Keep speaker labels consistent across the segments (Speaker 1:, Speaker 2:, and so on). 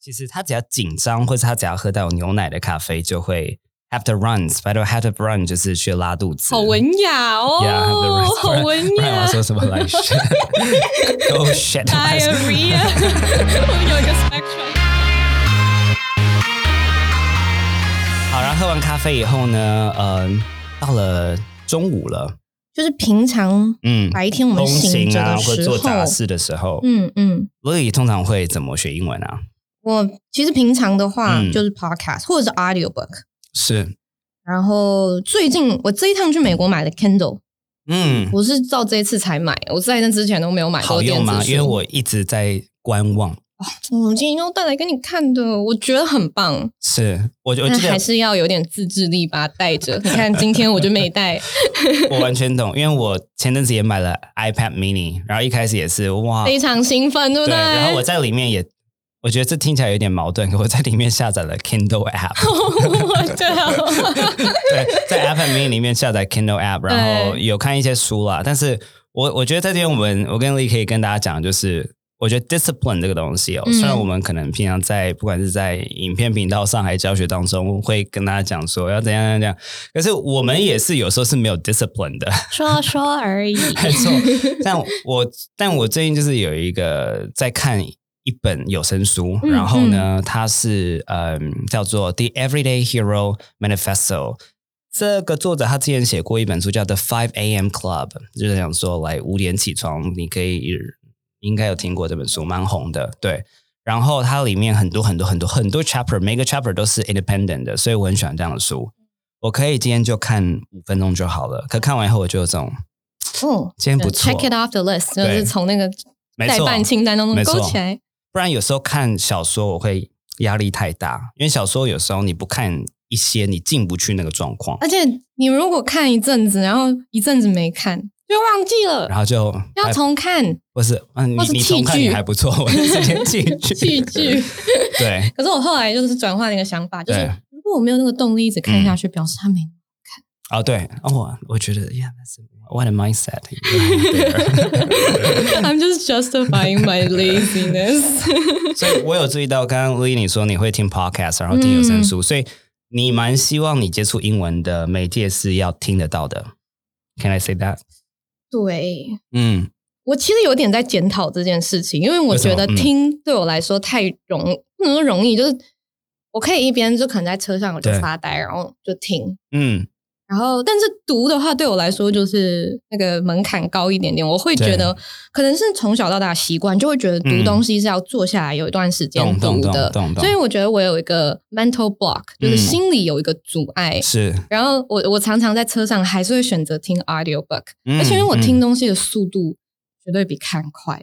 Speaker 1: 其实他只要紧张，或者他只要喝到有牛奶的咖啡，就会 have to run，spider have to run 就是去拉肚子。
Speaker 2: 好文雅哦
Speaker 1: Yeah, have the rest.
Speaker 2: 好文
Speaker 1: 不然我要
Speaker 2: 雅。
Speaker 1: 说什么来 着？Oh shit！
Speaker 2: diarrhea，我们有一个 spectrum。
Speaker 1: 好，然后喝完咖啡以后呢，嗯、到了中午了，
Speaker 3: 就是平常
Speaker 1: 嗯，
Speaker 3: 白天我们
Speaker 1: 通
Speaker 3: 醒
Speaker 1: 勤
Speaker 3: 着
Speaker 1: 啊
Speaker 3: 的
Speaker 1: 或者
Speaker 3: 时
Speaker 1: 做
Speaker 3: 候，
Speaker 1: 杂事的时候，
Speaker 3: 嗯嗯，
Speaker 1: 所以通常会怎么学英文啊？
Speaker 3: 我其实平常的话
Speaker 1: 嗯
Speaker 3: 就是 podcast 或者是 audiobook，
Speaker 1: 是，
Speaker 3: 然后最近我这一趟去美国买的 Kindle，
Speaker 1: 嗯，
Speaker 3: 我是到这一次才买，我在那之前都没有买过
Speaker 1: 好
Speaker 3: 电
Speaker 1: 用
Speaker 3: 子
Speaker 1: 吗？
Speaker 3: 书
Speaker 1: 因为我一直在观望。
Speaker 3: 我今天要带来给你看的，我觉得很棒，
Speaker 1: 是我我
Speaker 3: 但
Speaker 1: 记
Speaker 3: 还
Speaker 1: 得
Speaker 3: 是要有点自制力把它带 着。你看今天我就没带，
Speaker 1: 我完全懂，因为我前阵子也买了 iPad mini，然后一开始也是哇，
Speaker 3: 非常兴奋，哎对不
Speaker 1: 对，
Speaker 3: 对？
Speaker 1: 然后我在里面也，我觉得这听起来有点矛盾，可我在里面下载了 Kindle app，
Speaker 3: 我对啊，
Speaker 1: 对，在 App Mini 里面下载 Kindle app，然后
Speaker 3: 对
Speaker 1: 有看一些书啦，但是我我觉得在这边我们我跟丽可以跟大家讲，就是我觉得 discipline 这个东西哦，
Speaker 3: 嗯
Speaker 1: 虽然我们可能平常在不管是在影片频道上还是教学当中会跟大家讲说要怎样怎样怎样，可是我们也是有时候是没有 discipline 的，
Speaker 2: 说说而已。
Speaker 1: 没错， 但我但我最近就是有一个在看一本有声书，
Speaker 3: 嗯
Speaker 1: 然后呢，它是嗯叫做《The Everyday Hero Manifesto》。这个作者他之前写过一本书叫《The Five A.M. Club》，就是想说来五点起床，你可以应该有听过这本书，蛮红的，对。然后它里面很多很多很多很多 chapter，每个 chapter 都是 independent 的，所以我很喜欢这样的书。我可以今天就看五分钟就好了，可看完以后我就有这种
Speaker 3: 哦，
Speaker 1: 今天不错
Speaker 3: Check it off the list，就
Speaker 1: 对
Speaker 3: 是从那个
Speaker 1: 没
Speaker 3: 代
Speaker 1: 错
Speaker 3: 办清单当中
Speaker 1: 没错
Speaker 3: 勾起来。
Speaker 1: 不然有时候看小说我会压力太大，因为小说有时候你不看一些，你进不去那个状况，
Speaker 3: 而且你如果看一阵子，然后一阵子没看，就忘记
Speaker 1: 然
Speaker 3: 了，
Speaker 1: 后就哎
Speaker 3: 要重看
Speaker 1: 不是嗯，你
Speaker 3: 或是
Speaker 1: 你
Speaker 3: 弃
Speaker 1: 重看
Speaker 3: 剧
Speaker 1: 你还不错，我就直接弃
Speaker 3: 弃
Speaker 1: 剧
Speaker 3: 剧。
Speaker 1: 对
Speaker 3: 可是我后来就是转换了一个想法，就是
Speaker 1: 对嗯
Speaker 3: 如果我没有那个动力一直看下去，表示 它没。
Speaker 1: 哦对哦，我觉得 yeah that's what a mindset there。
Speaker 3: I'm just justifying my laziness。
Speaker 1: 所以我有注意到，刚刚 Lee 你说你会听 podcast，然后听有声
Speaker 3: 嗯
Speaker 1: 书，所以你蛮希望你接触英文的媒介是要听得到的。Can I say that？
Speaker 3: 对
Speaker 1: 嗯，
Speaker 3: 我其实有点在检讨这件事情，因为我觉
Speaker 1: 为
Speaker 3: 得
Speaker 1: 什么嗯
Speaker 3: 听对我来说太容易，不能说容易，就是我可以一边就可能在车上我就
Speaker 1: 对
Speaker 3: 发呆，然后就听。
Speaker 1: 嗯，
Speaker 3: 然后，但是读的话，对我来说就是那个门槛高一点点。我会觉得，可能是从小到大习惯，就会觉得读
Speaker 1: 嗯
Speaker 3: 东西是要坐下来有一段时间
Speaker 1: 懂懂
Speaker 3: 读
Speaker 1: 懂
Speaker 3: 的。
Speaker 1: 懂懂
Speaker 3: 所以，我觉得我有一个 mental block，就是
Speaker 1: 嗯
Speaker 3: 心里有一个阻碍。
Speaker 1: 是，
Speaker 3: 然后我我常常在车上还是会选择听 audiobook，、
Speaker 1: 嗯
Speaker 3: 而且因为我
Speaker 1: 嗯
Speaker 3: 听东西的速度绝对比看快。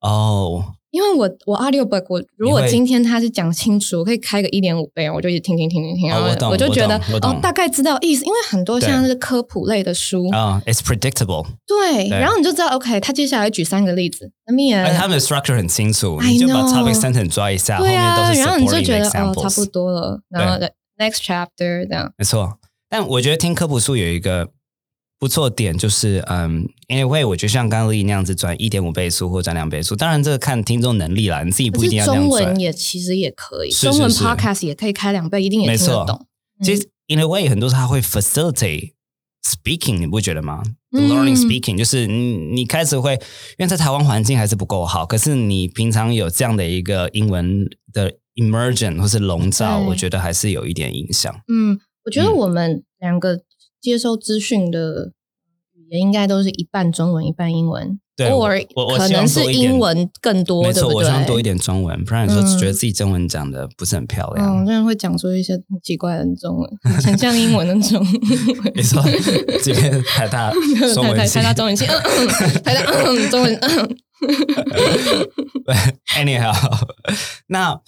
Speaker 1: 哦，
Speaker 3: 因为我我 audiobook，我如
Speaker 1: 你
Speaker 3: 果
Speaker 1: 会
Speaker 3: 今天他是讲清楚，我可以开个一点五倍，我就一直听听听听听，
Speaker 1: 哦
Speaker 3: 然
Speaker 1: 我懂
Speaker 3: 后就觉得
Speaker 1: 我懂我懂
Speaker 3: 哦，大概知道意思。因为很多
Speaker 1: 对
Speaker 3: 像是科普类的书，
Speaker 1: 啊、i t s predictable，
Speaker 3: 对，
Speaker 1: 对哎
Speaker 3: 然后你就知道 OK，他接下来举三个例子，那么也
Speaker 1: 而且他们的 structure 很清楚
Speaker 3: Uh, I
Speaker 1: 你就把 topic
Speaker 3: know
Speaker 1: sentence 抓一下，
Speaker 3: 对
Speaker 1: 后
Speaker 3: 啊，
Speaker 1: 面都是
Speaker 3: 然后你就觉
Speaker 1: supporting
Speaker 3: 得
Speaker 1: examples，
Speaker 3: 哦，差不多了，然后 next chapter 这样，
Speaker 1: 没错。但我觉得听科普书有一个不错点，就是嗯，因为我觉得像刚刚丽那样子转一点五倍速或转两倍速，当然这个看听众能力啦，你自己
Speaker 3: 可
Speaker 1: 不一定要
Speaker 3: 是
Speaker 1: 这
Speaker 3: 中
Speaker 1: 样
Speaker 3: 文
Speaker 1: 转。
Speaker 3: 也其实也可以，
Speaker 1: 是
Speaker 3: 中文
Speaker 1: 是是
Speaker 3: podcast 也可以开两倍，一定也
Speaker 1: 没
Speaker 3: 听
Speaker 1: 错
Speaker 3: 得懂。嗯
Speaker 1: 其实 in a way 很多时候它会 facilitate speaking，你不觉得吗？The
Speaker 3: 嗯
Speaker 1: learning speaking、就是你你开始会，因为在台湾环境还是不够好，可是你平常有这样的一个英文的 immersion 或是笼罩，
Speaker 3: 对
Speaker 1: 我觉得还是有一点影响。
Speaker 3: 嗯，我觉得
Speaker 1: 嗯
Speaker 3: 我们两个接收资讯的语言应该都是一半中文一半英文，
Speaker 1: 对
Speaker 3: 偶尔
Speaker 1: 我我
Speaker 3: 可
Speaker 1: 希望
Speaker 3: 能
Speaker 1: 多
Speaker 3: 是
Speaker 1: 一点
Speaker 3: 英文更多，
Speaker 1: 没
Speaker 3: 对
Speaker 1: 错，
Speaker 3: 不
Speaker 1: 我希望多一
Speaker 3: 对？
Speaker 1: 点中文，不然有时候
Speaker 3: 嗯
Speaker 1: 觉得自己中文讲的不是很漂
Speaker 3: 嗯，
Speaker 1: 亮。
Speaker 3: 真的会讲出一些很奇怪的中文，很像英文的中文。
Speaker 1: 没错，这边台 大中
Speaker 3: 台
Speaker 1: 文
Speaker 3: 台
Speaker 1: 系
Speaker 3: 台大中文系，嗯嗯，台大嗯嗯中文，嗯
Speaker 1: Anyhow，那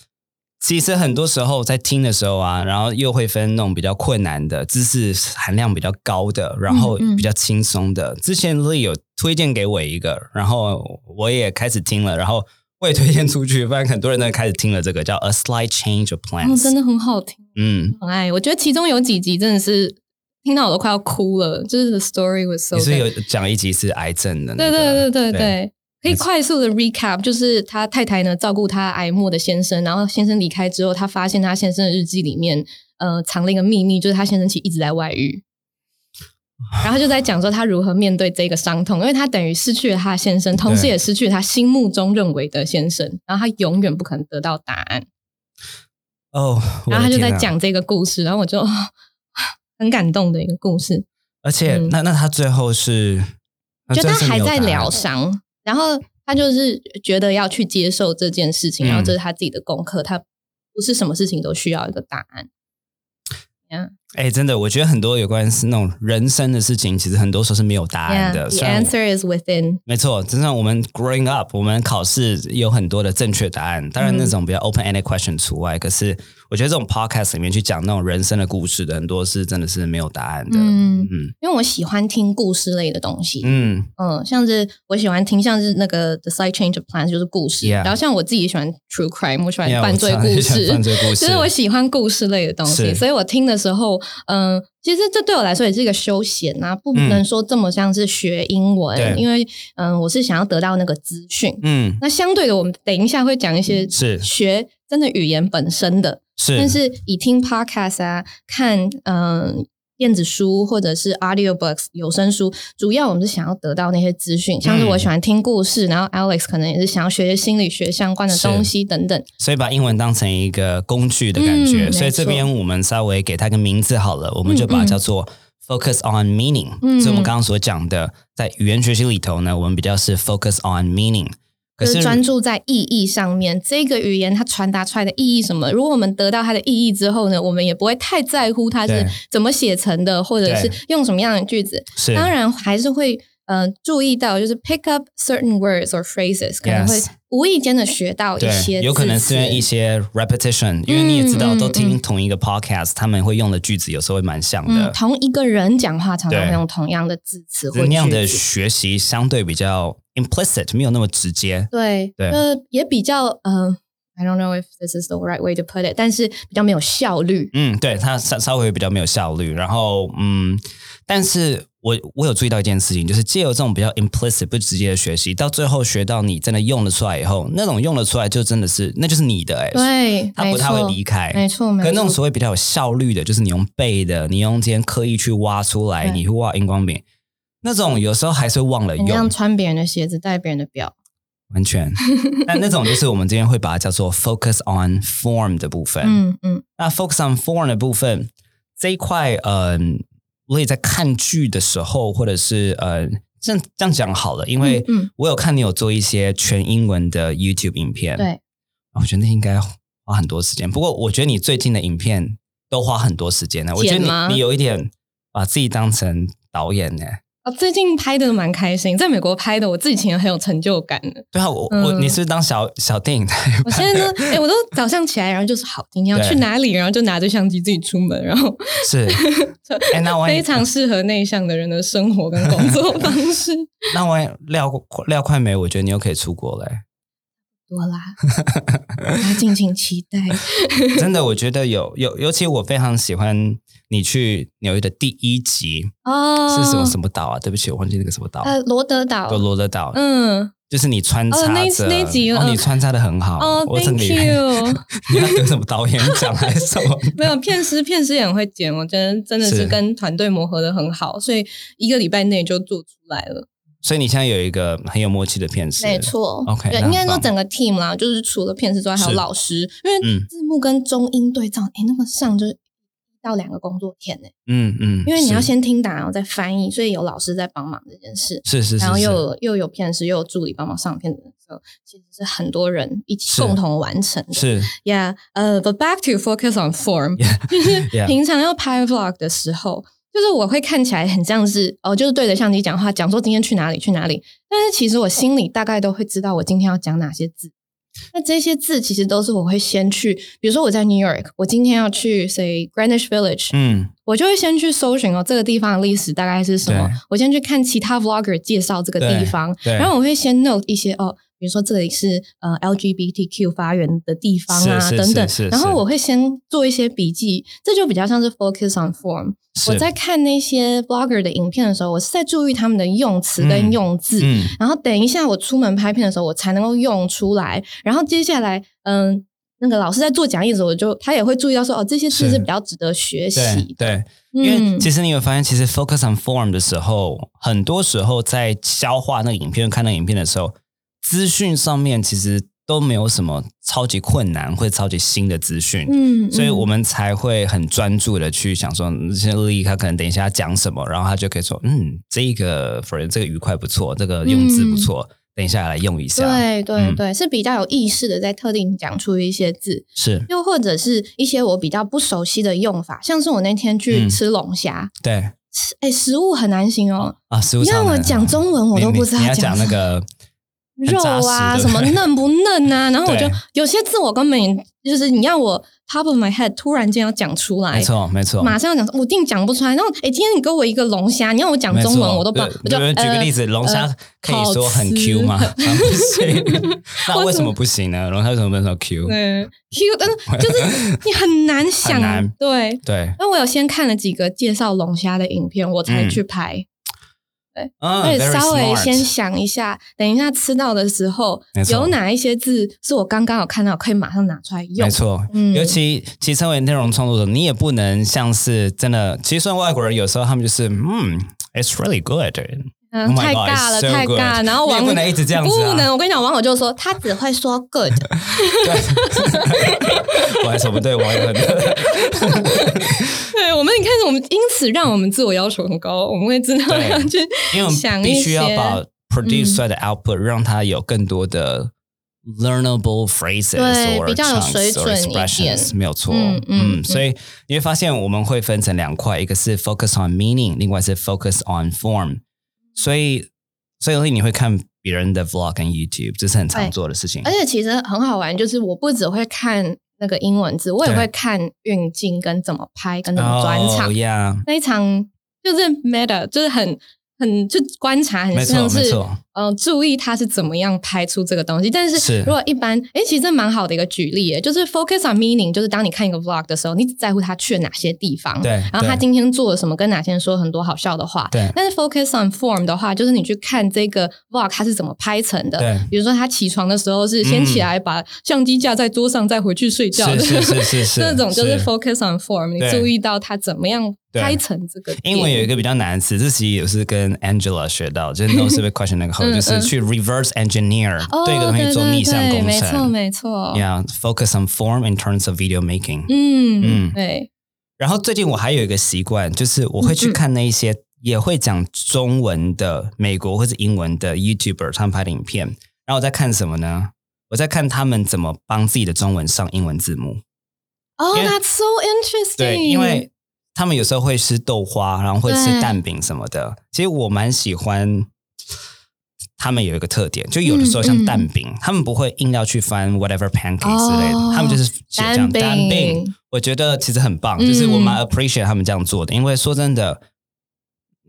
Speaker 1: 其实很多时候在听的时候啊，然后又会分那种比较困难的、知识含量比较高的，然后
Speaker 3: 嗯嗯
Speaker 1: 比较轻松的。之前 Lee 有推荐给我一个，然后我也开始听了，然后我也推荐出去，不然很多人都开始听了这个叫《A Slight Change of
Speaker 3: 嗯，
Speaker 1: Plans》。
Speaker 3: 真的很好听，
Speaker 1: 嗯，
Speaker 3: 很爱。我觉得其中有几集真的是听到我都快要哭了，就是 the story was so
Speaker 1: 你是
Speaker 3: good。
Speaker 1: 有讲一集是癌症的、那
Speaker 3: 对
Speaker 1: 个，
Speaker 3: 对对
Speaker 1: 对
Speaker 3: 对对，可以快速的 recap，就是他太太呢照顾他癌末的先生，然后先生离开之后，他发现他先生的日记里面，呃，藏了一个秘密，就是他先生其实一直在 外遇。然后就在讲说他如何面对这个伤痛，因为他等于失去了他的先生，同时也失去了他心目中认为的先生，然后他永远不可能得到答案。
Speaker 1: 哦，我的
Speaker 3: 然后他就在
Speaker 1: 天啊
Speaker 3: 讲这个故事，然后我就、 哦很感动的一个故事。
Speaker 1: 而且、
Speaker 3: 嗯
Speaker 1: 那那他最后是，那
Speaker 3: 就
Speaker 1: 最
Speaker 3: 他
Speaker 1: 后是没
Speaker 3: 还
Speaker 1: 有
Speaker 3: 在
Speaker 1: 答案
Speaker 3: 疗伤，然后他就是觉得要去接受这件事情，
Speaker 1: 嗯
Speaker 3: 然后这是他自己的功课，他不是什么事情都需要一个答案。
Speaker 1: 哎、真的，我觉得很多有关是那种人生的事情，其实很多时候是没有答案的。
Speaker 3: Yeah,
Speaker 1: 虽
Speaker 3: the
Speaker 1: 然
Speaker 3: answer is within。
Speaker 1: 没错，就像我们 growing up，我们考试有很多的正确答案，当然
Speaker 3: 嗯
Speaker 1: 那种比较 open ended question 除外。可是我觉得这种 podcast 里面去讲那种人生的故事的，很多是真的是没有答案的。嗯
Speaker 3: 嗯，
Speaker 1: 嗯
Speaker 3: 因为我喜欢听故事类的东西。
Speaker 1: 嗯
Speaker 3: 嗯，像是我喜欢听，像是那个《The Side Change of Plans》就是故事
Speaker 1: Yeah
Speaker 3: 然后像我自己也喜欢 True Crime，我喜欢
Speaker 1: 因为我
Speaker 3: 犯罪
Speaker 1: 常
Speaker 3: 故
Speaker 1: 常喜欢
Speaker 3: 事，
Speaker 1: 犯罪故事，
Speaker 3: 就是我喜欢故事类的东西，
Speaker 1: 是
Speaker 3: 所以我听的时候，嗯、其实这对我来说也是一个休闲啊，不
Speaker 1: 嗯
Speaker 3: 能说这么像是学英文，
Speaker 1: 对
Speaker 3: 因为嗯、我是想要得到那个资讯。
Speaker 1: 嗯
Speaker 3: 那相对的，我们等一下会讲一些
Speaker 1: 是
Speaker 3: 学真的语言本身的，
Speaker 1: 是，
Speaker 3: 但是以听 podcast 啊，看嗯、电子书或者是 audiobooks 有声书，主要我们是想要得到那些资讯，像是
Speaker 1: 嗯
Speaker 3: 我喜欢听故事，然后 Alex 可能也是想要学些心理学相关的
Speaker 1: 是
Speaker 3: 东西等等。
Speaker 1: 所以把英文当成一个工具的感觉。
Speaker 3: 嗯
Speaker 1: 所以这边我们稍微给它个名字好了，我们就把它叫做 focus on meaning。
Speaker 3: 嗯
Speaker 1: 所以我们刚刚所讲的，在语言学习里头呢，我们比较是 focus on meaning。可
Speaker 3: 就是是专注在意义上面，这个语言它传达出来的意义什么？如果我们得到它的意义之后呢，我们也不会太在乎它
Speaker 1: 对
Speaker 3: 是怎么写成的，或者是
Speaker 1: 对
Speaker 3: 用什么样的句子。
Speaker 1: 是
Speaker 3: 当然还是会呃注意到，就是 pick up certain words or phrases，可能会
Speaker 1: Yes
Speaker 3: 无意间的学到一些
Speaker 1: 对，有可能
Speaker 3: 字
Speaker 1: 是
Speaker 3: 词
Speaker 1: 因为一些 repetition，因为你也知道，
Speaker 3: 嗯嗯
Speaker 1: 都听
Speaker 3: 嗯
Speaker 1: 同一个 podcast，他们会用的句子有时候会蛮像
Speaker 3: 嗯
Speaker 1: 的。
Speaker 3: 同一个人讲话常常
Speaker 1: 对
Speaker 3: 会用同样的字词
Speaker 1: 就
Speaker 3: 或
Speaker 1: 是那样的
Speaker 3: 句子。
Speaker 1: 学习相对比较 implicit，没有那么直接。
Speaker 3: 对，
Speaker 1: 对
Speaker 3: 呃，也比较嗯、i don't know if this is the right way to put it，但是比较没有效率。
Speaker 1: 嗯，对，它稍稍微比较没有效率。然后，嗯，但是我我有注意到一件事情，就是借由这种比较 implicit 不直接的学习，到最后学到你真的用得出来以后，那种用得出来就真的是那就是你的哎、欸，
Speaker 3: 对，
Speaker 1: 它不太会离
Speaker 3: 开。
Speaker 1: 开。
Speaker 3: 没错，没
Speaker 1: 可
Speaker 3: 错。
Speaker 1: 哎那种所谓比较有效率的，就是你用背的，你用今天刻意去挖出来，
Speaker 3: 对
Speaker 1: 你去挖荧光笔，那种有时候还是会忘了
Speaker 3: 很像
Speaker 1: 用，
Speaker 3: 穿别人的鞋子，戴别人的表。
Speaker 1: 完 全。但那种就是我们今天会把它叫做 focus on form 的部分。
Speaker 3: 嗯嗯，
Speaker 1: 那 focus on foreign 的部分这一块，嗯、我也在看剧的时候，或者是呃，这样这样讲好了，因为
Speaker 3: 嗯嗯
Speaker 1: 我有看你有做一些全英文的 YouTube 影片，
Speaker 3: 对，
Speaker 1: 我觉得那应该花很多时间。不过我觉得你最近的影片都花很多时间呢，我觉
Speaker 3: 剪吗
Speaker 1: 得你你有一点把自己当成导演呢。
Speaker 3: 啊，最近拍的蛮开心，在美国拍的，我自己其实很有成就 感的。
Speaker 1: 对啊，我、我
Speaker 3: 嗯
Speaker 1: 你是不是当小小电影台？
Speaker 3: 我现在呢，哎、我都早上起来，然后就是好，今天要
Speaker 1: 对
Speaker 3: 去哪里，然后就拿着相机自己出门，然后
Speaker 1: 是，哎、那万一
Speaker 3: 非常适合内向的人的生活跟工作方 式。
Speaker 1: 那万一廖廖快梅，我觉得你又可以出国嘞、
Speaker 3: 多啦，大家敬请期 待。
Speaker 1: 真的，我觉得有有，尤其我非常喜欢你去纽约的第一集、
Speaker 3: 哦，
Speaker 1: 是什么什么岛啊？对不起，我忘记那个什么岛，
Speaker 3: 呃，罗德岛
Speaker 1: 有。罗德岛，
Speaker 3: 嗯，
Speaker 1: 就是你穿
Speaker 3: 哦
Speaker 1: 插
Speaker 3: 那
Speaker 1: 着，
Speaker 3: 那集
Speaker 1: 哦
Speaker 3: 嗯
Speaker 1: 你穿插的很好，
Speaker 3: 哦
Speaker 1: 我整
Speaker 3: ，Thank
Speaker 1: 个
Speaker 3: you。
Speaker 1: 你要得什么导演奖还是什么？
Speaker 3: 没有片师，片师也很会剪，我觉得真的
Speaker 1: 是
Speaker 3: 是跟团队磨合的很好，所以一个礼拜内就做出来了。
Speaker 1: 所以你现在有一个很有默契的片师，
Speaker 3: 没错
Speaker 1: OK，
Speaker 3: 对，
Speaker 1: 那很
Speaker 3: 应该说
Speaker 1: 棒
Speaker 3: 整个 team 啦，就是除了片师之外，还有
Speaker 1: 是
Speaker 3: 老师，因为
Speaker 1: 嗯
Speaker 3: 字幕跟中英对照，哎、那个上就是一到两个工作天呢、
Speaker 1: 嗯嗯，
Speaker 3: 因为你要
Speaker 1: 是
Speaker 3: 先听打，然后再翻译，所以有老师在帮忙这件事。
Speaker 1: 是是是，
Speaker 3: 然后
Speaker 1: 是
Speaker 3: 又有又有片师，又有助理帮忙上片的时候，其实是很多人一起
Speaker 1: 是
Speaker 3: 共同完成的。
Speaker 1: 是
Speaker 3: Yeah，呃、b u t back to focus on form，就是
Speaker 1: Yeah.
Speaker 3: 平常要拍 vlog 的时候，就是我会看起来很像是哦，就是对着相机讲话，讲说今天去哪里去哪里，但是其实我心里大概都会知道我今天要讲哪些字。那这些字其实都是我会先去，比如说我在 New York，我今天要去 say Greenwich Village，、
Speaker 1: 嗯
Speaker 3: 我就会先去搜寻哦这个地方的历史大概是什么
Speaker 1: 对，
Speaker 3: 我先去看其他 vlogger 介绍这个地
Speaker 1: 对
Speaker 3: 方，
Speaker 1: 对
Speaker 3: 然后我会先 note 一些哦，比如说这里是呃 LGBTQ 发源的地方啊
Speaker 1: 是是
Speaker 3: 等等
Speaker 1: 是是，
Speaker 3: 然后
Speaker 1: 是
Speaker 3: 我会先做一些笔记，这就比较像是 focus on form。
Speaker 1: 是
Speaker 3: 我在看那些 blogger 的影片的时候，我是在注意他们的用词
Speaker 1: 嗯
Speaker 3: 跟用字，
Speaker 1: 嗯
Speaker 3: 然后等一下我出门拍片的时候，我才能够用出来。然后接下来，嗯，那个老师在做讲义的时候，我就他也会注意到说，哦，这些字
Speaker 1: 是
Speaker 3: 是比较值得学习
Speaker 1: 对
Speaker 3: 的。
Speaker 1: 对，因为
Speaker 3: 嗯
Speaker 1: 其实你有发现，其实 focus on form 的时候，很多时候在消化那个影片、看那个影片的时候，资讯上面其实都没有什么超级困难或者超级新的资讯。
Speaker 3: 嗯，
Speaker 1: 所以我
Speaker 3: 们
Speaker 1: 们才会很专注的去想说，嗯现在丽他可能等一下讲什么，然后他就可以说，嗯，这个 for 这个愉快不错，这个用字不错，等一下来用一下。，
Speaker 3: 对对
Speaker 1: 嗯
Speaker 3: 对、是比较有意识的在特定讲出一些字，
Speaker 1: 是，
Speaker 3: 又或者是一些我比较不熟悉的用法，像是我那天去
Speaker 1: 嗯
Speaker 3: 吃龙虾，
Speaker 1: 对
Speaker 3: 吃哎、食物很难形容。
Speaker 1: 啊，食物
Speaker 3: 你让
Speaker 1: 常
Speaker 3: 我
Speaker 1: 人
Speaker 3: 讲中文，我
Speaker 1: 你
Speaker 3: 都不
Speaker 1: 你
Speaker 3: 知道
Speaker 1: 你要
Speaker 3: 讲
Speaker 1: 讲那
Speaker 3: 什么
Speaker 1: 个很
Speaker 3: 肉
Speaker 1: 扎实
Speaker 3: 啊，
Speaker 1: 对
Speaker 3: 什
Speaker 1: 不
Speaker 3: 么
Speaker 1: 对
Speaker 3: 嫩不嫩啊，然后我就
Speaker 1: 对
Speaker 3: 有些字我根本就是你要我 top of my head 突然间要讲出来
Speaker 1: 没，错，没错。
Speaker 3: 马上要讲，我一定讲不出来。然后哎，诶今天你给我一个龙虾，你要我讲
Speaker 1: 没
Speaker 3: 中文，
Speaker 1: 错
Speaker 3: 我都不，
Speaker 1: 对
Speaker 3: 我就
Speaker 1: 比如举个
Speaker 3: 呃
Speaker 1: 例子，龙虾
Speaker 3: 呃
Speaker 1: 可以说很
Speaker 3: 好吃
Speaker 1: Q 吗？ 啊不行，那为什么不行呢？龙虾为什么不能说 Q？
Speaker 3: 对 Q，但是就是你很难想，
Speaker 1: 难
Speaker 3: 对。
Speaker 1: 对，
Speaker 3: 那我有先看了几个介绍龙虾的影片，我才
Speaker 1: 嗯
Speaker 3: 去拍，
Speaker 1: 嗯
Speaker 3: 所以
Speaker 1: very
Speaker 3: 稍微
Speaker 1: smart
Speaker 3: 先想一下，等一下吃到的时候
Speaker 1: 没，错
Speaker 3: 有哪一些字是我刚刚有看到，可以马上拿出来用
Speaker 1: 没。错，
Speaker 3: 嗯
Speaker 1: 尤其其实身为内容创作者，你也不能像是真的，其实算外国人有时候他们就是嗯，it's really good，
Speaker 3: 嗯，
Speaker 1: Oh my
Speaker 3: 太
Speaker 1: God,
Speaker 3: 尬
Speaker 1: it's
Speaker 3: 了，
Speaker 1: so
Speaker 3: 太
Speaker 1: good
Speaker 3: 尬了。然后
Speaker 1: 你也
Speaker 3: 网
Speaker 1: 不能一直这样子啊
Speaker 3: 不能。我跟你讲，网友就说他只会说 good，
Speaker 1: 对，我还说不对，我还很
Speaker 3: 对我们，你看，我们因此让我们自我要求很高，我们会知道
Speaker 1: 对
Speaker 3: 要去
Speaker 1: 因为我
Speaker 3: 想
Speaker 1: 们
Speaker 3: 一
Speaker 1: 必须要
Speaker 3: 些
Speaker 1: 把 produce
Speaker 3: 嗯
Speaker 1: 出来的 output 让它有更多的 learnable phrases
Speaker 3: 对
Speaker 1: or
Speaker 3: 比较有
Speaker 1: chunks
Speaker 3: 水
Speaker 1: or
Speaker 3: 准一
Speaker 1: expressions，
Speaker 3: 点
Speaker 1: 没有错。
Speaker 3: 嗯
Speaker 1: 嗯
Speaker 3: 嗯
Speaker 1: 所以你会发现我们会分成两块，一个是 focus on meaning，另外是 focus on form。所以，所以你会看别人的 vlog 跟 YouTube，这是很常
Speaker 3: 对
Speaker 1: 做的事情。
Speaker 3: 而且其实很好玩，就是我不只会看那个英文字，我也
Speaker 1: 对
Speaker 3: 会看运镜跟怎么拍跟怎
Speaker 1: 哦
Speaker 3: 么转场，
Speaker 1: 呀，
Speaker 3: 非常就是 matter，就是很很去观察，
Speaker 1: 没
Speaker 3: 很
Speaker 1: 错
Speaker 3: 像
Speaker 1: 没
Speaker 3: 是
Speaker 1: 错，
Speaker 3: 呃，注意他是怎么样拍出这个东西。但
Speaker 1: 是
Speaker 3: 是如果一般，诶，其实这蛮好的一个举例耶，就是 focus on meaning，就是当你看一个 vlog 的时候，你只在乎他去了哪些地方，
Speaker 1: 对
Speaker 3: 然后他
Speaker 1: 对
Speaker 3: 今天做了什么，跟哪些人说很多好笑的话。
Speaker 1: 对
Speaker 3: 但是 focus on form 的话，就是你去看这个 vlog 它是怎么拍成的。
Speaker 1: 对。嗯
Speaker 3: 比如说他起床的时候是先起来把相机架在桌上，再回去睡觉的。
Speaker 1: 是 是是是是，
Speaker 3: 这种就是
Speaker 1: 是
Speaker 3: focus on form，你
Speaker 1: 对
Speaker 3: 注意到他怎么样
Speaker 1: 对
Speaker 3: 拍成这个点。
Speaker 1: 英文有一个比较难的词，这其实也是跟 Angela 学到，就是 no s e r v i question 那个后，
Speaker 3: 嗯
Speaker 1: 就是去 reverse engineer
Speaker 3: 哦，
Speaker 1: 对一个东西做逆向
Speaker 3: 对对
Speaker 1: 工
Speaker 3: 没错
Speaker 1: 程。
Speaker 3: 没错。
Speaker 1: Yeah, focus on form in terms of video making。
Speaker 3: 嗯
Speaker 1: 嗯，
Speaker 3: 对，
Speaker 1: 然后最近我还有一个习惯，就是我会
Speaker 3: 嗯
Speaker 1: 去看那一些也会讲中文的美国或者英文的 YouTuber 他们拍的影片，然后我在看什么呢？我在看他们怎么帮自己的中文上英文字幕。
Speaker 3: 哦、
Speaker 1: 因为
Speaker 3: t h a t s so interesting。
Speaker 1: 对，因为他们有时候会吃豆花，然后会吃
Speaker 3: 对
Speaker 1: 蛋饼什么的。其实我蛮喜欢他们有一个特点，就有的时候像
Speaker 3: 嗯嗯
Speaker 1: 蛋饼，他们不会硬要去翻 whatever pancake 之类的，
Speaker 3: 哦
Speaker 1: 他们就是写这样
Speaker 3: 蛋饼嗯
Speaker 1: 蛋饼。我觉得其实很棒，就是我蛮 appreciate 他们这样做的，因为说真的。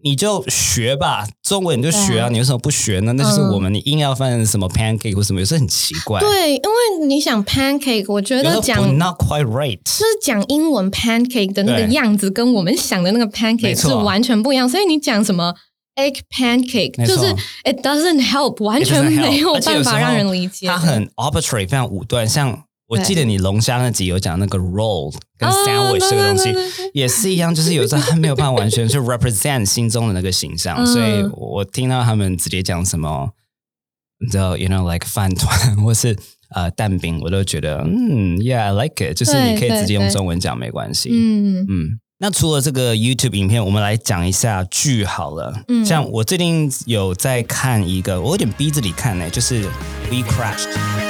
Speaker 1: 你就学吧，中文你就学
Speaker 3: 对
Speaker 1: 啊，
Speaker 3: 啊
Speaker 1: 你为什么不学呢？那就是
Speaker 3: 嗯
Speaker 1: 我们，你硬要翻成什么 pancake 或什么，有时候很奇怪，
Speaker 3: 对，因为你想 pancake，我觉
Speaker 1: 有时
Speaker 3: 得
Speaker 1: 候
Speaker 3: 讲
Speaker 1: 不 not quite right，
Speaker 3: 就是讲英文 pancake 的那个
Speaker 1: 对
Speaker 3: 样子，跟我们想的那个
Speaker 1: 没
Speaker 3: pancake
Speaker 1: 错
Speaker 3: 是完全不一样。所以你讲什么 egg pancake，
Speaker 1: 没
Speaker 3: 就
Speaker 1: 错
Speaker 3: 是 it doesn't help，完
Speaker 1: It
Speaker 3: 全
Speaker 1: doesn't help，
Speaker 3: 没有
Speaker 1: 而且
Speaker 3: 办
Speaker 1: 时
Speaker 3: 法
Speaker 1: 候
Speaker 3: 让人理解。
Speaker 1: 它很 arbitrary，非常武断。像我记得你龙虾那集有讲那个 roll 跟
Speaker 3: 啊
Speaker 1: sandwich
Speaker 3: 对
Speaker 1: 这个东西
Speaker 3: 对对对，
Speaker 1: 也是一样，就是有时候它没有办法完全去 represent 心中的那个形象。
Speaker 3: 嗯
Speaker 1: 所以我听到他们直接讲什么，你知道，you know like 饭团或是。呃，蛋饼我都觉得，嗯，yeah，I like it，就是你可以
Speaker 3: 对
Speaker 1: 直接用
Speaker 3: 对
Speaker 1: 中文讲没关系。
Speaker 3: 嗯
Speaker 1: 嗯，那除了这个 YouTube 影片，我们来讲一下剧好了。
Speaker 3: 嗯
Speaker 1: 像我最近有在看一个，我有点逼自己看呢、就是 We Crashed。